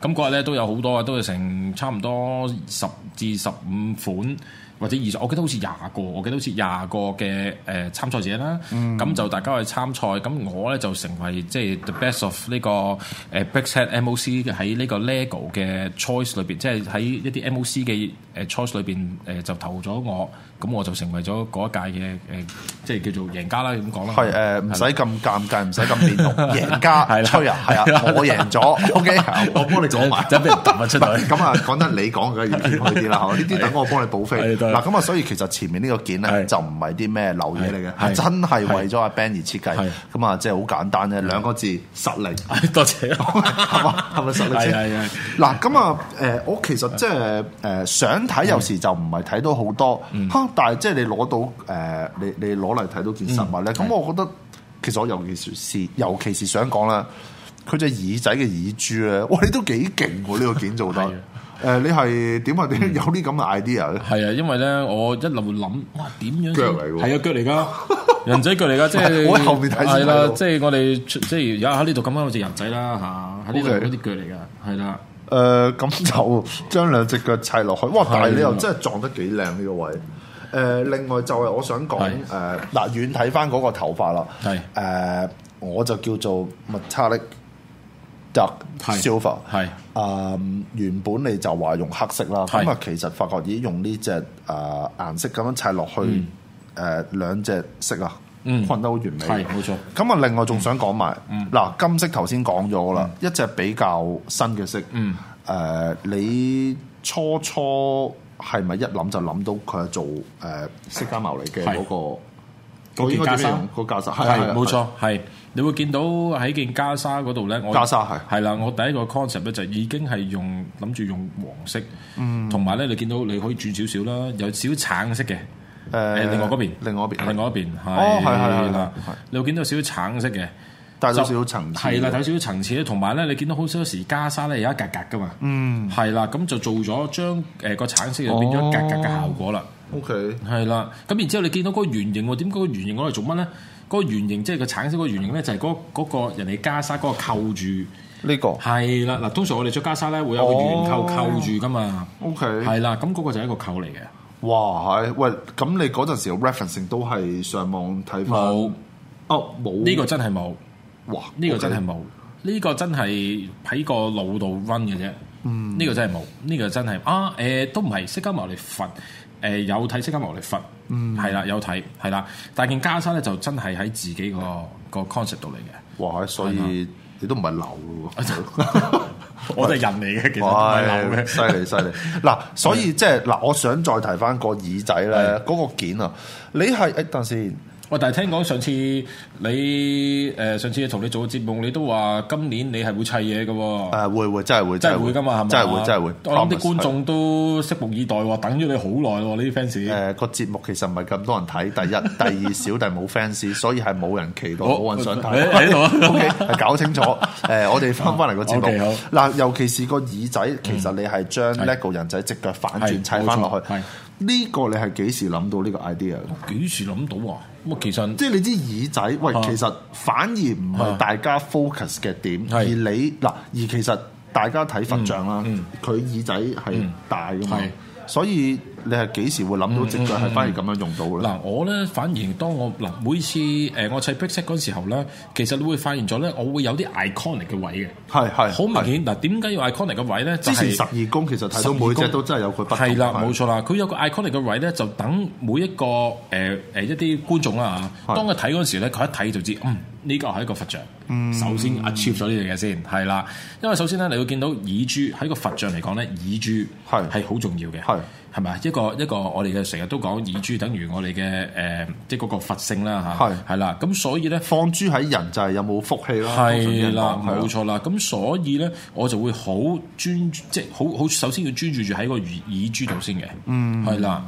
[SPEAKER 2] 咁嗰日咧都有好多啊，都有成差唔多十至十五款。或者二十，我記得好似廿個，我記得好似廿個嘅誒、呃參賽者啦，咁、就大家去參賽，咁我咧就成為即係 the best of 呢、個誒 b r i c k s e t MOC 嘅喺呢個 LEGO 嘅 choice 裏邊，即係喺一啲 MOC 嘅誒 choice 裏邊誒就投咗我，咁我就成為咗嗰一屆嘅誒，即係叫做贏家啦，咁講啦。
[SPEAKER 1] 係誒，唔使咁尷尬，唔使咁變 動，贏家
[SPEAKER 2] 係啦
[SPEAKER 1] 吹啊，係
[SPEAKER 2] 係
[SPEAKER 1] 啊
[SPEAKER 2] 啦，
[SPEAKER 1] 我贏 咗，OK，我幫你講埋。
[SPEAKER 2] 就俾人揼咗出嚟。
[SPEAKER 1] 咁啊，講得你講嘅要謙虛啲啦，嚇！呢啲等我幫你補飛。
[SPEAKER 2] 係得
[SPEAKER 1] 嗱，咁啊，所以其實前面呢個件咧
[SPEAKER 2] 係
[SPEAKER 1] 就唔係啲咩流嘢嚟嘅，係
[SPEAKER 2] 係
[SPEAKER 1] 真係為咗阿 Ben 而設計
[SPEAKER 2] 係。
[SPEAKER 1] 咁啊，即係好簡單啫，兩個字實 力。
[SPEAKER 2] 多謝。
[SPEAKER 1] 係嘛？係咪實力
[SPEAKER 2] 係係
[SPEAKER 1] 先
[SPEAKER 2] 係？
[SPEAKER 1] 嗱，咁啊，誒，我其實即係誒想睇，有時就唔係睇到好多
[SPEAKER 2] 嗯
[SPEAKER 1] 嚇，但係即係你攞到誒，你你攞嚟睇到件實
[SPEAKER 2] 嗯
[SPEAKER 1] 物咧，咁我覺得其實我尤其是尤其是想講啦，佢隻耳仔嘅耳珠咧，哇！你都幾勁喎，呢個件做得
[SPEAKER 2] 係啊
[SPEAKER 1] 誒，
[SPEAKER 2] 嗯
[SPEAKER 1] 你係點啊？點有啲咁嘅 idea 咧？
[SPEAKER 2] 係啊，因為咧，我一路諗，哇，點樣先
[SPEAKER 1] 腳嚟喎
[SPEAKER 2] 係啊，腳嚟 噶，人仔腳嚟噶，即係
[SPEAKER 1] 我喺後面睇先睇
[SPEAKER 2] 係
[SPEAKER 1] 到
[SPEAKER 2] 啦，即係我哋出即係而家喺呢度咁啱有隻人仔啦嚇，喺呢
[SPEAKER 1] OK
[SPEAKER 2] 度嗰啲腳嚟噶，係啦，
[SPEAKER 1] 誒，呃咁 就將兩隻腳砌落去，哇！但係你又
[SPEAKER 2] 係啊
[SPEAKER 1] 真係撞得幾靚呢個位。誒、另外就係我想講誒，呃
[SPEAKER 2] 係
[SPEAKER 1] 嗱、遠睇翻嗰個頭髮啦。
[SPEAKER 2] 係
[SPEAKER 1] 誒、我就叫做 metallic dark
[SPEAKER 2] 係
[SPEAKER 1] silver。
[SPEAKER 2] 係
[SPEAKER 1] 誒、啊原本你就話用黑色啦，
[SPEAKER 2] 係
[SPEAKER 1] 咁啊其實發覺咦用呢只誒顏色咁樣砌落去誒、兩隻色啊，
[SPEAKER 2] 嗯
[SPEAKER 1] 困得好完美。
[SPEAKER 2] 係冇錯。嗯
[SPEAKER 1] 咁啊，另外仲想講埋嗱，金色頭先講咗啦，一隻比較新嘅色。嗯。誒，你初初係咪一諗就諗到佢係做誒釋迦牟尼嘅
[SPEAKER 2] 係
[SPEAKER 1] 嗰個
[SPEAKER 2] 嗰件
[SPEAKER 1] 應該點
[SPEAKER 2] 袈裟
[SPEAKER 1] 樣。個袈裟係係
[SPEAKER 2] 係
[SPEAKER 1] 係
[SPEAKER 2] 冇錯，係你會見到喺件袈裟嗰度咧，我
[SPEAKER 1] 袈裟係
[SPEAKER 2] 係啦，我第一個 concept 咧就已經係用諗住用黃色，
[SPEAKER 1] 嗯
[SPEAKER 2] 同埋咧你見到你可以轉少少啦，有少橙色嘅。誒
[SPEAKER 1] 誒
[SPEAKER 2] 另外嗰邊，
[SPEAKER 1] 另外嗰邊
[SPEAKER 2] 另外嗰邊係
[SPEAKER 1] 哦係係係係
[SPEAKER 2] 啦
[SPEAKER 1] 係，
[SPEAKER 2] 你會見到有少少橙色嘅，
[SPEAKER 1] 帶咗少少層次。
[SPEAKER 2] 係啦，睇少少層次咧，同埋咧，你見到好少時袈裟咧有一格格噶嘛，嗯，係啦，咁就做咗將誒個橙色就
[SPEAKER 1] 哦
[SPEAKER 2] 變咗格格嘅效果啦，
[SPEAKER 1] O K，
[SPEAKER 2] 係啦，咁然之後你見到嗰個圓形喎，點解個圓形攞嚟做乜咧？嗰個圓形即係個橙色嗰個圓形咧，就係嗰嗰個人哋袈裟嗰個扣住，
[SPEAKER 1] 呢個
[SPEAKER 2] 係啦，嗱，通常我哋着袈裟咧會有個圓扣扣住噶嘛，
[SPEAKER 1] O K，
[SPEAKER 2] 係啦，咁嗰個就係一個扣嚟嘅，
[SPEAKER 1] 哇係喂，咁你嗰陣時嘅 referencing 都係上網睇翻。
[SPEAKER 2] 冇
[SPEAKER 1] 哦，冇
[SPEAKER 2] 呢個真係冇。
[SPEAKER 1] 哇，
[SPEAKER 2] 呢個真係
[SPEAKER 1] 冇。
[SPEAKER 2] 冇，呢個真係喺個腦度 run 嘅啫。
[SPEAKER 1] 嗯
[SPEAKER 2] 呢個真係冇，呢個真係啊誒，都唔係釋迦牟尼佛誒有睇釋迦牟尼佛，
[SPEAKER 1] 嗯
[SPEAKER 2] 係啦有睇係啦，但係件袈裟咧就真係喺自己個個 concept 度嚟 嘅。
[SPEAKER 1] 哇，所
[SPEAKER 2] 啊
[SPEAKER 1] 以你都唔係流嘅喎。
[SPEAKER 2] 我哋係人嚟嘅，其實唔係流
[SPEAKER 1] 喂，
[SPEAKER 2] 嘅。
[SPEAKER 1] 犀利犀利！嗱，所以即係嗱，我想再提翻個耳仔咧，嗰個件啊，你係誒等陣先，
[SPEAKER 2] 喂，但係聽講上次你誒、上次同你做嘅節目，你都話今年你係會砌嘢嘅喎。
[SPEAKER 1] 誒會會真係會
[SPEAKER 2] 真係會噶嘛，係咪？啊
[SPEAKER 1] 真係會真係會。
[SPEAKER 2] 我諗啲
[SPEAKER 1] promise，
[SPEAKER 2] 觀眾都拭目以待喎，等咗你好耐喎，呢啲 fans。
[SPEAKER 1] 係呃誒個節目其實唔係咁多人睇，第 一、第二小弟冇 fans，所以係冇人期待，
[SPEAKER 2] 好
[SPEAKER 1] 冇人想睇。
[SPEAKER 2] 你 喺度啊
[SPEAKER 1] O K，搞清楚。 誒，我哋翻翻嚟個節
[SPEAKER 2] OK，好嗯
[SPEAKER 1] 目。嗱，尤其是個耳仔，其實你係將 LEGO 人仔只腳反轉
[SPEAKER 2] 係
[SPEAKER 1] 砌翻落
[SPEAKER 2] 冇錯
[SPEAKER 1] 去
[SPEAKER 2] 係。
[SPEAKER 1] 呢個你係幾時諗到呢個 idea 嘅？
[SPEAKER 2] 幾時諗到啊？咁啊，其實
[SPEAKER 1] 即係你知耳仔，
[SPEAKER 2] 啊
[SPEAKER 1] 喂，其實反而唔係大家 focus 嘅點，
[SPEAKER 2] 係
[SPEAKER 1] 而你嗱，而其實大家睇佛像啦，佢耳仔係大噶嘛
[SPEAKER 2] 嗯係，嗯
[SPEAKER 1] 所以你係幾時會諗到直腳係反而咁樣用到咧？
[SPEAKER 2] 嗱，我咧反而當我嗱每次誒、呃我砌 b i g s e t 嗰時候咧，其實你會發現咗咧，我會有啲 iconic 嘅位嘅，
[SPEAKER 1] 係係
[SPEAKER 2] 好明顯。嗱，點解要 iconic 嘅位咧？就
[SPEAKER 1] 之前
[SPEAKER 2] 係
[SPEAKER 1] 十二宮其實睇到每隻都真係有佢不同。
[SPEAKER 2] 係啦，冇錯啦，佢有個 iconic 嘅位咧，就等每一個誒誒、呃一啲觀眾啦嚇，
[SPEAKER 1] 係
[SPEAKER 2] 當佢睇嗰陣時咧，佢一睇就知，嗯，呢個係一個佛像。
[SPEAKER 1] 嗯
[SPEAKER 2] 首先 achieve 咗呢樣嘢先，係啦，因為首先咧，你會見到耳珠喺個佛像嚟講咧，耳珠
[SPEAKER 1] 係
[SPEAKER 2] 係好重要嘅，
[SPEAKER 1] 係
[SPEAKER 2] 係咪啊？一個一個我哋嘅成日都講耳珠，等於我哋嘅誒，即係嗰個佛性啦嚇，
[SPEAKER 1] 係
[SPEAKER 2] 係啦，咁所以咧。
[SPEAKER 1] 放豬喺人就係有冇福氣啦。
[SPEAKER 2] 係啦，
[SPEAKER 1] 啊通常啲人講係啊
[SPEAKER 2] 冇錯啦。咁所以咧，我就會好專注，即係好好首先要專注住喺個耳耳珠度先嘅。嗯，係啦。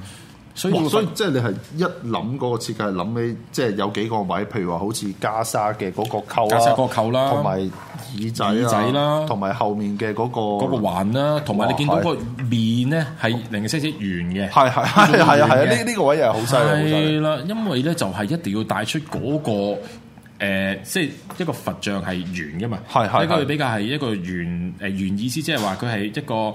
[SPEAKER 2] 所以
[SPEAKER 1] 哇
[SPEAKER 2] 會
[SPEAKER 1] 所以即係你係一諗嗰個設計，係諗起即係有幾個位，譬如話好似袈裟嘅嗰個扣啦，
[SPEAKER 2] 袈裟嗰個扣啦
[SPEAKER 1] 同埋耳仔啊
[SPEAKER 2] 耳仔啦
[SPEAKER 1] 同埋後面嘅嗰個
[SPEAKER 2] 嗰個環啦，同埋你
[SPEAKER 1] 哇
[SPEAKER 2] 見到個面咧係零色色圓嘅。
[SPEAKER 1] 係係係係啊係啊！
[SPEAKER 2] 圓嘅
[SPEAKER 1] 呢呢個位又係好犀利，好犀利。
[SPEAKER 2] 係啦，因為咧就係一定要帶出嗰、個呃即係一個佛像係圓嘅嘛，
[SPEAKER 1] 係係
[SPEAKER 2] 一個
[SPEAKER 1] 係
[SPEAKER 2] 比較係一個圓誒圓意思，即係話佢係一個誒、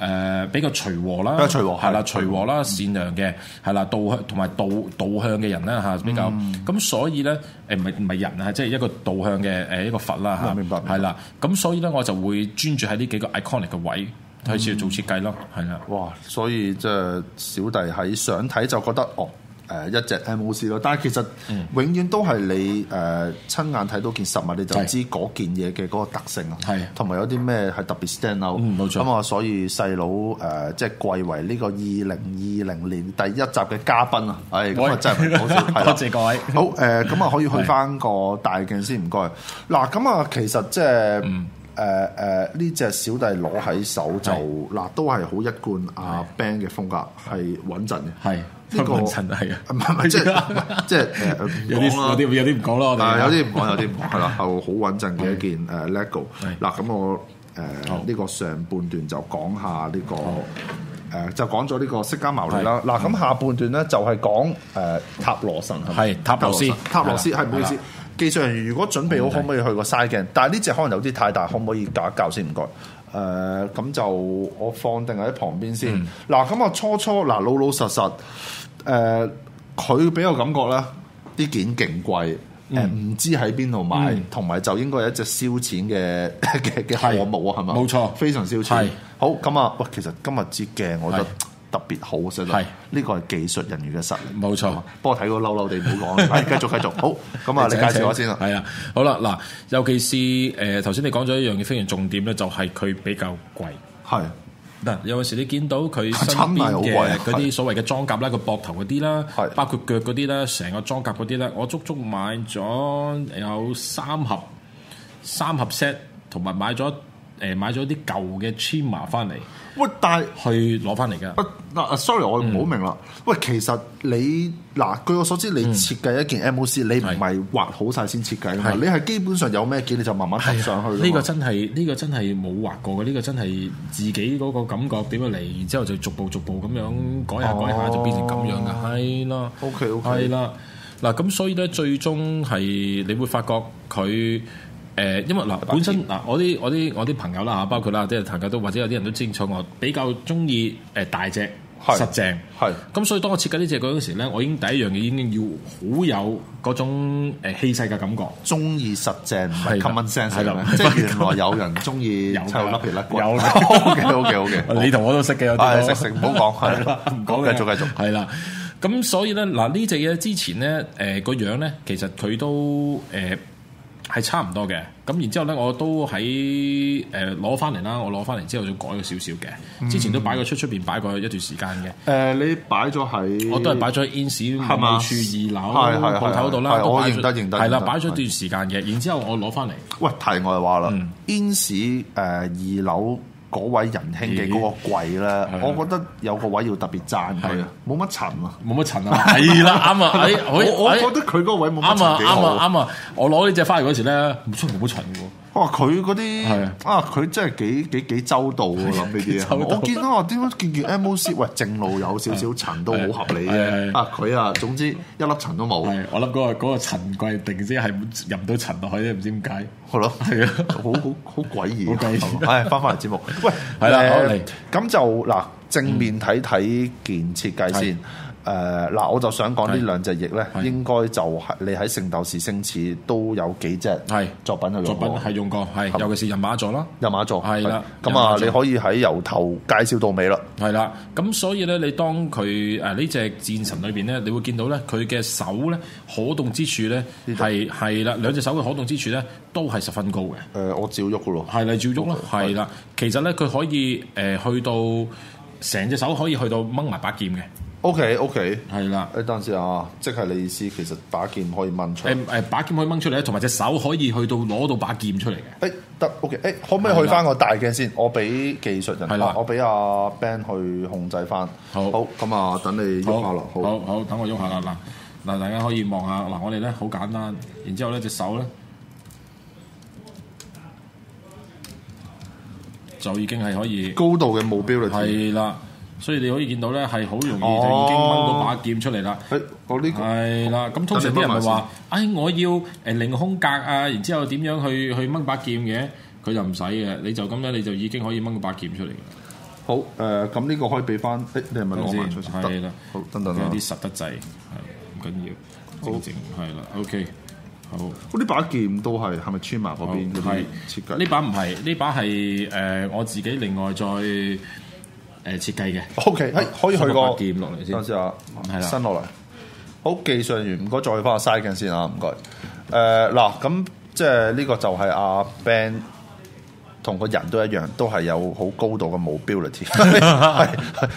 [SPEAKER 2] 呃比較隨和啦，
[SPEAKER 1] 比較隨和
[SPEAKER 2] 係啦，
[SPEAKER 1] 係
[SPEAKER 2] 隨和啦，善良嘅係啦，導向同埋導導向嘅人啦嚇，比較
[SPEAKER 1] 嗯
[SPEAKER 2] 咁、所以咧誒唔係唔係人啊，即係一個導向嘅誒一個佛啦嚇，
[SPEAKER 1] 明白明白
[SPEAKER 2] 係啦，咁所以咧我就會專注喺呢幾個 iconic 嘅位開始做設計咯，係啦。
[SPEAKER 1] 哇！所以即係小弟喺想睇就覺得哦。誒一隻 MOC 咯，但係其實
[SPEAKER 2] 嗯
[SPEAKER 1] 永遠都係你誒、親眼睇到件實物，你就
[SPEAKER 2] 係
[SPEAKER 1] 知嗰件嘢嘅嗰個特性啊，
[SPEAKER 2] 係
[SPEAKER 1] 同埋有啲咩係特別 stand out，
[SPEAKER 2] 嗯冇錯
[SPEAKER 1] 咁啊、所以細佬誒即係貴為呢個二零二零年第一集嘅嘉賓啊，唉、咁啊
[SPEAKER 2] 喂
[SPEAKER 1] 真係唔好笑，係啦
[SPEAKER 2] 多謝各位
[SPEAKER 1] 好誒，咁啊可以去翻個大鏡先，唔該。嗱，咁啊其實即係誒誒呢只小弟攞喺手就
[SPEAKER 2] 嗯係
[SPEAKER 1] 嗱，都係好一貫阿 Ben 嘅風格，係穩陣 嘅。
[SPEAKER 2] 係，
[SPEAKER 1] 呢個
[SPEAKER 2] 文陳係啊，
[SPEAKER 1] 唔係唔係，即 係 唔係即係誒唔講啦
[SPEAKER 2] 有啲有啲有啲唔講啦，我
[SPEAKER 1] 啊
[SPEAKER 2] 哋
[SPEAKER 1] 有啲唔講，有啲唔講，係 啦，係好穩陣嘅一件誒 LEGO
[SPEAKER 2] 係。
[SPEAKER 1] 嗱，咁我誒
[SPEAKER 2] 好
[SPEAKER 1] 呢個上半段就講下呢個誒，就講咗呢個釋迦牟尼啦。嗱，咁下半段咧就係講誒塔羅神係咪
[SPEAKER 2] 係塔羅斯
[SPEAKER 1] 塔羅斯
[SPEAKER 2] 係啦啊
[SPEAKER 1] 係唔好意
[SPEAKER 2] 係
[SPEAKER 1] 思
[SPEAKER 2] 啦。
[SPEAKER 1] 技術人員如果準備好，可
[SPEAKER 2] 冇問題
[SPEAKER 1] 唔可以去個 side 鏡？但係呢只可能有啲太大，可唔可以教一教先？唔該。誒咁、就我放定喺旁邊先。
[SPEAKER 2] 嗯
[SPEAKER 1] 嗱咁啊，初初嗱老老實實誒，佢、俾我感覺咧，啲件勁貴。誒
[SPEAKER 2] 嗯
[SPEAKER 1] 唔知喺邊度買，同埋就應該係一隻燒錢嘅嘅嘅
[SPEAKER 2] 係
[SPEAKER 1] 項目啊，係咪？
[SPEAKER 2] 冇錯
[SPEAKER 1] 非常燒錢
[SPEAKER 2] 係。
[SPEAKER 1] 好咁啊，喂，其實今日支鏡我覺得
[SPEAKER 2] 係
[SPEAKER 1] 特別好，實在
[SPEAKER 2] 係
[SPEAKER 1] 呢個係技術人員嘅實力。
[SPEAKER 2] 冇錯。
[SPEAKER 1] 幫我睇個嬲嬲地，唔 好講。係繼續繼續，好啊咁啊，你介紹我先啦。
[SPEAKER 2] 係啊，好啦，嗱，呃尤其是誒頭先你講咗一樣嘢非常重點咧，就係佢比較貴。
[SPEAKER 1] 係
[SPEAKER 2] 嗱，有陣時你見到 佢身
[SPEAKER 1] 真係
[SPEAKER 2] 邊
[SPEAKER 1] 好貴
[SPEAKER 2] 嘅
[SPEAKER 1] 啊
[SPEAKER 2] 嗰啲所謂嘅裝甲啦，個膊頭嗰啲啦
[SPEAKER 1] 係，
[SPEAKER 2] 包括腳嗰啲啦，成個裝甲嗰啲咧，我足足買咗有三盒三盒 set，同埋買咗誒買咗啲舊嘅 Chima 翻嚟，
[SPEAKER 1] 喂，但係
[SPEAKER 2] 去攞翻嚟㗎。
[SPEAKER 1] 不嗱、s o r r y 我
[SPEAKER 2] 嗯
[SPEAKER 1] 唔好明啦。喂，其實你嗱，據我所知，你設計一件 MOC，你唔係畫好晒先設計㗎嘛，
[SPEAKER 2] 嗯係啊
[SPEAKER 1] 你係基本上有咩件你就慢慢揼上去㗎嘛。
[SPEAKER 2] 呢個真係呢、個真係冇畫過嘅，呢、個真係自己嗰個感覺點樣嚟，然之後就逐步逐步咁樣改下改下就變成咁樣嘅，係啦。
[SPEAKER 1] 哦 OK，OK
[SPEAKER 2] 係啦。嗱咁所以咧，最終係你會發覺佢。誒，因為嗱，本身嗱，我啲我啲我啲朋友啦嚇，包括啦，即係大家都或者有啲人都清楚我比較中意誒大隻
[SPEAKER 1] 係
[SPEAKER 2] 實正，
[SPEAKER 1] 係
[SPEAKER 2] 咁所以當我設計呢只嗰陣時咧，我已經第一樣嘢已經要好有嗰種誒氣勢嘅感覺。
[SPEAKER 1] 中意實正唔係
[SPEAKER 2] 係啦
[SPEAKER 1] common sense
[SPEAKER 2] 係
[SPEAKER 1] 嚟
[SPEAKER 2] 啦
[SPEAKER 1] 嘅咩即係原來有人中意
[SPEAKER 2] 有㗎
[SPEAKER 1] 抽甩皮甩骨。
[SPEAKER 2] 有
[SPEAKER 1] OK OK OK，
[SPEAKER 2] 你 同我都識嘅有
[SPEAKER 1] 係
[SPEAKER 2] 啲
[SPEAKER 1] 食
[SPEAKER 2] 都
[SPEAKER 1] 食唔好講，係
[SPEAKER 2] 係啦， 唔講
[SPEAKER 1] 繼續繼續。
[SPEAKER 2] 係啦。咁所以咧，嗱呢只嘢之前咧，誒個樣咧，其實佢都誒係差唔多嘅。咁然之後咧，我都喺誒攞翻嚟啦，我攞翻嚟之後就改咗少少
[SPEAKER 1] 嗯
[SPEAKER 2] 嘅。之前都擺過出出邊擺過一段時間嘅，
[SPEAKER 1] 誒，你擺咗喺
[SPEAKER 2] 我都係擺咗喺 ins
[SPEAKER 1] 係嘛
[SPEAKER 2] 處
[SPEAKER 1] 係係係
[SPEAKER 2] 二樓鋪頭度
[SPEAKER 1] 係
[SPEAKER 2] 啦，
[SPEAKER 1] 係
[SPEAKER 2] 都
[SPEAKER 1] 我
[SPEAKER 2] 擺咗
[SPEAKER 1] 認得認得
[SPEAKER 2] 係啦，
[SPEAKER 1] 認得
[SPEAKER 2] 擺咗段時間嘅。然之後我攞翻嚟，
[SPEAKER 1] 喂，題外話啦，ins
[SPEAKER 2] 嗯
[SPEAKER 1] 誒二樓嗰位仁兄嘅嗰個櫃
[SPEAKER 2] 啊
[SPEAKER 1] 咧，我覺得有個位要特別讚佢啊，冇乜塵啊。
[SPEAKER 2] 冇乜塵啊，係啦， 啱啊，哎
[SPEAKER 1] 我
[SPEAKER 2] 哎
[SPEAKER 1] 我
[SPEAKER 2] 哎
[SPEAKER 1] 覺得佢嗰個位冇乜
[SPEAKER 2] 啱啊
[SPEAKER 1] 塵幾好
[SPEAKER 2] 啱啊。啱啊！我攞呢只翻嚟嗰時咧，唔出冇塵嘅喎。
[SPEAKER 1] 哇！佢嗰
[SPEAKER 2] 係啊
[SPEAKER 1] 啲啊，佢真係幾幾幾周到喎，諗呢 啲
[SPEAKER 2] 周
[SPEAKER 1] 嘢。
[SPEAKER 2] 到
[SPEAKER 1] 我見到我啊點解見件 MOC 喂正路有少少塵都好合理
[SPEAKER 2] 係係
[SPEAKER 1] 嘅啊！佢啊，總之一粒塵都冇，
[SPEAKER 2] 係，我諗嗰、個嗰、個陳貴定先係入唔到塵落去啫，唔知點解。
[SPEAKER 1] 係咯，
[SPEAKER 2] 係啊
[SPEAKER 1] 好好好詭異啊，
[SPEAKER 2] 好詭異
[SPEAKER 1] 係嘛 唉，翻返嚟節 目，喂，
[SPEAKER 2] 係啦
[SPEAKER 1] 誒
[SPEAKER 2] 好嚟嗯
[SPEAKER 1] 咁就嗱正面睇睇件設計先。誒嗱，我就想講呢
[SPEAKER 2] 係
[SPEAKER 1] 兩隻翼咧，
[SPEAKER 2] 係
[SPEAKER 1] 應該就係你喺聖鬥士星矢都有幾隻
[SPEAKER 2] 係
[SPEAKER 1] 作品有
[SPEAKER 2] 作
[SPEAKER 1] 用
[SPEAKER 2] 品
[SPEAKER 1] 過
[SPEAKER 2] 係用過，係
[SPEAKER 1] 係
[SPEAKER 2] 尤其是人馬座啦，
[SPEAKER 1] 人馬座
[SPEAKER 2] 係啦
[SPEAKER 1] 咁啊，
[SPEAKER 2] 人馬座
[SPEAKER 1] 你可以喺由頭介紹到尾啦。
[SPEAKER 2] 係啦。咁所以咧，你當佢誒呢只戰神裏邊咧，你會見到咧佢嘅手咧可動之處咧係係啦，兩隻手嘅可動之處咧都係十分高嘅。
[SPEAKER 1] 誒、我照喐噶咯。
[SPEAKER 2] 係啦，照喐咯，係啦。其實咧，佢可以誒、去到成隻手可以去到掹埋把劍嘅，
[SPEAKER 1] O K O K，
[SPEAKER 2] 係啦。
[SPEAKER 1] 誒等陣先啊，即係你意思其實打劍可以掹出。誒
[SPEAKER 2] 誒誒，把劍可以掹出嚟咧，同埋隻手可以去到攞到把劍出嚟嘅。
[SPEAKER 1] 得 O K，誒可唔可以去翻個大鏡先？我俾技術人，
[SPEAKER 2] 係啦
[SPEAKER 1] 啊我俾阿 Ben 去控制翻。
[SPEAKER 2] 好
[SPEAKER 1] 好咁啊，等你喐下啦。好，
[SPEAKER 2] 好好，等我喐下啦嗱嗱，大家可以望下嗱，我哋咧好簡單，然之後咧隻手咧就已經係可以
[SPEAKER 1] 高度嘅目標嚟。
[SPEAKER 2] 係啦，所以你可以見到咧係好容易就已經掹
[SPEAKER 1] 哦
[SPEAKER 2] 到把劍出嚟啦。
[SPEAKER 1] 誒、我呢、個
[SPEAKER 2] 係啦，咁通常啲人咪話：，哎，我要誒凌空格啊，然之後點樣去去掹把劍嘅？佢就唔使嘅，你就咁樣你就已經可以掹個把劍出嚟嘅。
[SPEAKER 1] 好誒，咁、呢個可以俾翻。誒、你係咪攞埋出先？
[SPEAKER 2] 係啦
[SPEAKER 1] 得，好等等啊
[SPEAKER 2] 佢有
[SPEAKER 1] 啦
[SPEAKER 2] 啲。實得滯，係唔緊要，正正係啦，OK，好，
[SPEAKER 1] 我呢把劍都係係咪 Chima 嗰
[SPEAKER 2] 好
[SPEAKER 1] 邊嗰
[SPEAKER 2] 係
[SPEAKER 1] 啲設計？
[SPEAKER 2] 呢把唔係，呢把係誒我自己另外再誒設計嘅，
[SPEAKER 1] O K，係哎可以去
[SPEAKER 2] 伸
[SPEAKER 1] 個
[SPEAKER 2] 把劍落嚟先
[SPEAKER 1] 等陣先啊，
[SPEAKER 2] 係啦
[SPEAKER 1] 伸落嚟。好，技術員唔該，再翻個 side 鏡先啊，唔該。誒、嗱，咁即係呢個就係阿 Ben 同個人都一樣，都係有好高度嘅目標嚟 添，係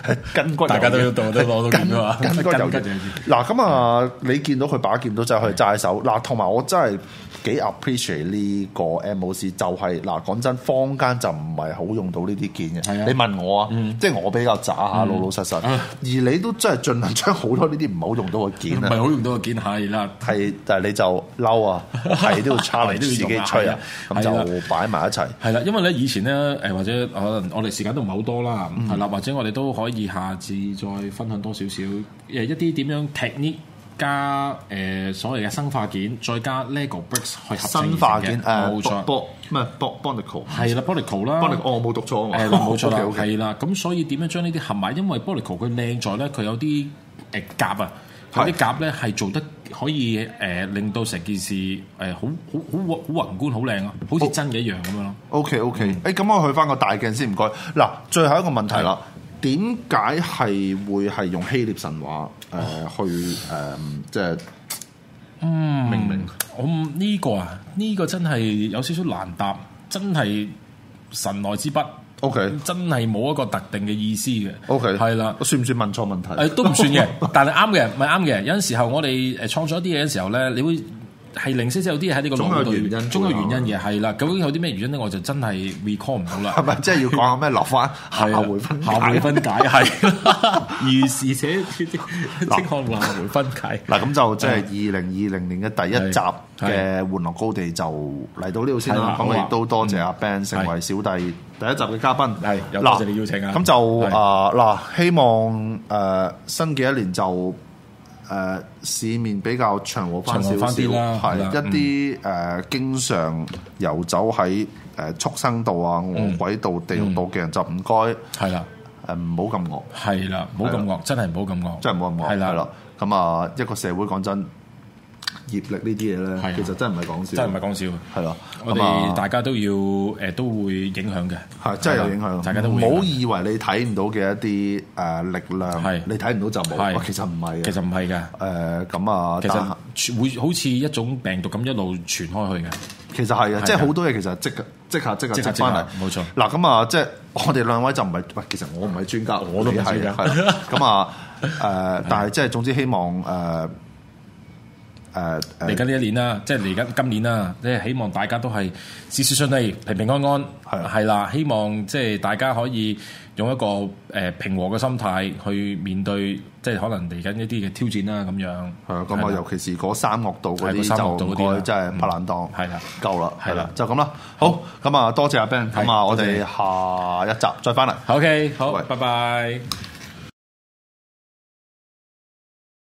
[SPEAKER 1] 係筋骨有
[SPEAKER 2] 大家都
[SPEAKER 1] 嘢
[SPEAKER 2] 要到都攞到劍㗎啊 嘛
[SPEAKER 1] 筋筋骨有
[SPEAKER 2] 筋
[SPEAKER 1] 嘢
[SPEAKER 2] 骨有嘢
[SPEAKER 1] 嗱，咁啊，你見到佢把劍都真係去齋手。嗱，同埋我真係幾 appreciate 呢個 MOC，就係嗱講真，坊間就唔係好用到呢啲劍
[SPEAKER 2] 係啊
[SPEAKER 1] 嘅。
[SPEAKER 2] 嗯
[SPEAKER 1] 你問我啊，即係我比較渣下，老老實實。而你都真係盡量將好多呢啲唔好用到嘅
[SPEAKER 2] 唔
[SPEAKER 1] 劍
[SPEAKER 2] 係
[SPEAKER 1] 啊。
[SPEAKER 2] 好用到個劍係啦。
[SPEAKER 1] 係，但係你就嬲 啊，係都要 challenge 自己吹啊，咁
[SPEAKER 2] 係啦
[SPEAKER 1] 就擺埋一齊。
[SPEAKER 2] 係啦，因為咧以前咧誒或者可能我哋時間都唔係好多啦，
[SPEAKER 1] 嗯
[SPEAKER 2] 係啦、或者我哋都可以下次再分享多少少誒一啲點樣 technique 加誒、呃所謂嘅生化件，再加 lego bricks 去合成
[SPEAKER 1] 生化件呃誒
[SPEAKER 2] 而成嘅冇錯，
[SPEAKER 1] ，bo 咩 bo bonical
[SPEAKER 2] 係啦 b o l i c o 啦。
[SPEAKER 1] bonical，我冇讀錯啊
[SPEAKER 2] 誒
[SPEAKER 1] 嘛。
[SPEAKER 2] 啦冇錯啦，
[SPEAKER 1] OK，OK
[SPEAKER 2] 係啦，咁所以點樣將呢啲合埋？因為 Bolico 佢靚在咧，佢有啲誒夾啊，佢
[SPEAKER 1] 係
[SPEAKER 2] 啲夾咧係做得可以誒、令到成件事誒、好好好好宏觀、好靚啊，好似真嘅一樣咁樣咯。
[SPEAKER 1] O K O K，誒咁我去翻個大鏡先，唔該。嗱，最後一個問題啦，點解係會係用希臘神話
[SPEAKER 2] 哦
[SPEAKER 1] 誒、去誒、即係
[SPEAKER 2] 嗯
[SPEAKER 1] 命名？
[SPEAKER 2] 我唔呢、個啊，呢、個真係有少少難答，真係神來之筆，
[SPEAKER 1] OK
[SPEAKER 2] 真係冇一個特定嘅意思嘅。
[SPEAKER 1] OK，
[SPEAKER 2] 係啦。
[SPEAKER 1] 算唔算問錯問題？
[SPEAKER 2] 誒都唔算嘅，但係啱嘅，唔係啱嘅。有陣時候我哋誒創作一啲嘢嘅時候咧，你會係零星星有啲嘢喺你個腦度，
[SPEAKER 1] 總有原因
[SPEAKER 2] 總有原因嘅，係啦。究竟有啲咩原因咧，我就真係 recall 唔到啦。
[SPEAKER 1] 係咪即係要講下咩留翻
[SPEAKER 2] 係啦
[SPEAKER 1] 下回分
[SPEAKER 2] 下回
[SPEAKER 1] 解？
[SPEAKER 2] 分解 係，如是者即看話回分解。
[SPEAKER 1] 嗱咁就即係二零二零年嘅第一集
[SPEAKER 2] 係
[SPEAKER 1] 嘅《玩樂高地》就嚟到呢度先
[SPEAKER 2] 係
[SPEAKER 1] 啦
[SPEAKER 2] 啦。
[SPEAKER 1] 咁
[SPEAKER 2] 好啊
[SPEAKER 1] 我亦都多謝阿 Ben 成為小弟第一集嘅嘉賓。
[SPEAKER 2] 係又多謝你邀請啊
[SPEAKER 1] 咁就
[SPEAKER 2] 係
[SPEAKER 1] 啊嗱，希望誒新嘅一年就誒市面比較長和翻少
[SPEAKER 2] 祥
[SPEAKER 1] 少，
[SPEAKER 2] 和返啲啦
[SPEAKER 1] 係
[SPEAKER 2] 係啦嗯
[SPEAKER 1] 一啲誒經常遊走喺誒畜生道啊、餓鬼道、地獄道嘅人就唔該誒
[SPEAKER 2] 係啦，
[SPEAKER 1] 唔好咁惡。
[SPEAKER 2] 係啦，唔好咁惡，真係唔好咁惡，
[SPEAKER 1] 真係冇人望。
[SPEAKER 2] 係
[SPEAKER 1] 係
[SPEAKER 2] 啦
[SPEAKER 1] 啦，，咁啊一個社會講真，業力呢啲嘢
[SPEAKER 2] 係啊
[SPEAKER 1] 咧，其實真係唔係講笑，
[SPEAKER 2] 真係唔係講笑。
[SPEAKER 1] 係啦，
[SPEAKER 2] 我
[SPEAKER 1] 咁啊
[SPEAKER 2] 哋大家都要誒都會影響嘅，
[SPEAKER 1] 係真係有影
[SPEAKER 2] 係啦
[SPEAKER 1] 響，
[SPEAKER 2] 大家都
[SPEAKER 1] 唔
[SPEAKER 2] 會影響
[SPEAKER 1] 好以為你睇唔到嘅一啲誒力量
[SPEAKER 2] 係，
[SPEAKER 1] 你睇唔到就冇，哦
[SPEAKER 2] 係
[SPEAKER 1] 其實唔係嘅。
[SPEAKER 2] 其實唔係㗎。
[SPEAKER 1] 誒咁啊，
[SPEAKER 2] 其
[SPEAKER 1] 但
[SPEAKER 2] 實會好似一種病毒咁一路傳開去嘅，
[SPEAKER 1] 其實係啊，
[SPEAKER 2] 係
[SPEAKER 1] 即係
[SPEAKER 2] 㗎
[SPEAKER 1] 好多嘢其實即刻即刻即刻
[SPEAKER 2] 即刻
[SPEAKER 1] 即翻嚟，
[SPEAKER 2] 即刻冇錯
[SPEAKER 1] 嗱咁啊，即係我哋兩位就唔係，喂，其實我唔係專家，我
[SPEAKER 2] 都唔係
[SPEAKER 1] 係
[SPEAKER 2] 專家
[SPEAKER 1] 係啦咁啊 誒，但係即係總之希望誒誒誒
[SPEAKER 2] 嚟緊呢一年啦，即係嚟緊今年啦，即係希望大家都係事事順利、平平安安，
[SPEAKER 1] 係啊
[SPEAKER 2] 係啦。希望即係大家可以用一個誒、呃平和嘅心態去面對，即係可能嚟緊一啲嘅挑戰啦，咁樣。
[SPEAKER 1] 係啊，咁
[SPEAKER 2] 係
[SPEAKER 1] 啊，
[SPEAKER 2] 啦
[SPEAKER 1] 尤其是嗰三惡道嗰
[SPEAKER 2] 係嗰三
[SPEAKER 1] 啲
[SPEAKER 2] 惡
[SPEAKER 1] 就
[SPEAKER 2] 道
[SPEAKER 1] 唔
[SPEAKER 2] 嗰啲啦啊嗯
[SPEAKER 1] 該，真係拍爛檔，
[SPEAKER 2] 係啦
[SPEAKER 1] 夠啦，
[SPEAKER 2] 係
[SPEAKER 1] 係
[SPEAKER 2] 啦
[SPEAKER 1] 啦，就咁啦。好，咁啊，多謝阿 Ben，咁啊，
[SPEAKER 2] 係
[SPEAKER 1] 我
[SPEAKER 2] 多謝
[SPEAKER 1] 哋下一集再翻嚟。
[SPEAKER 2] OK，好，
[SPEAKER 1] 喂
[SPEAKER 2] 拜拜。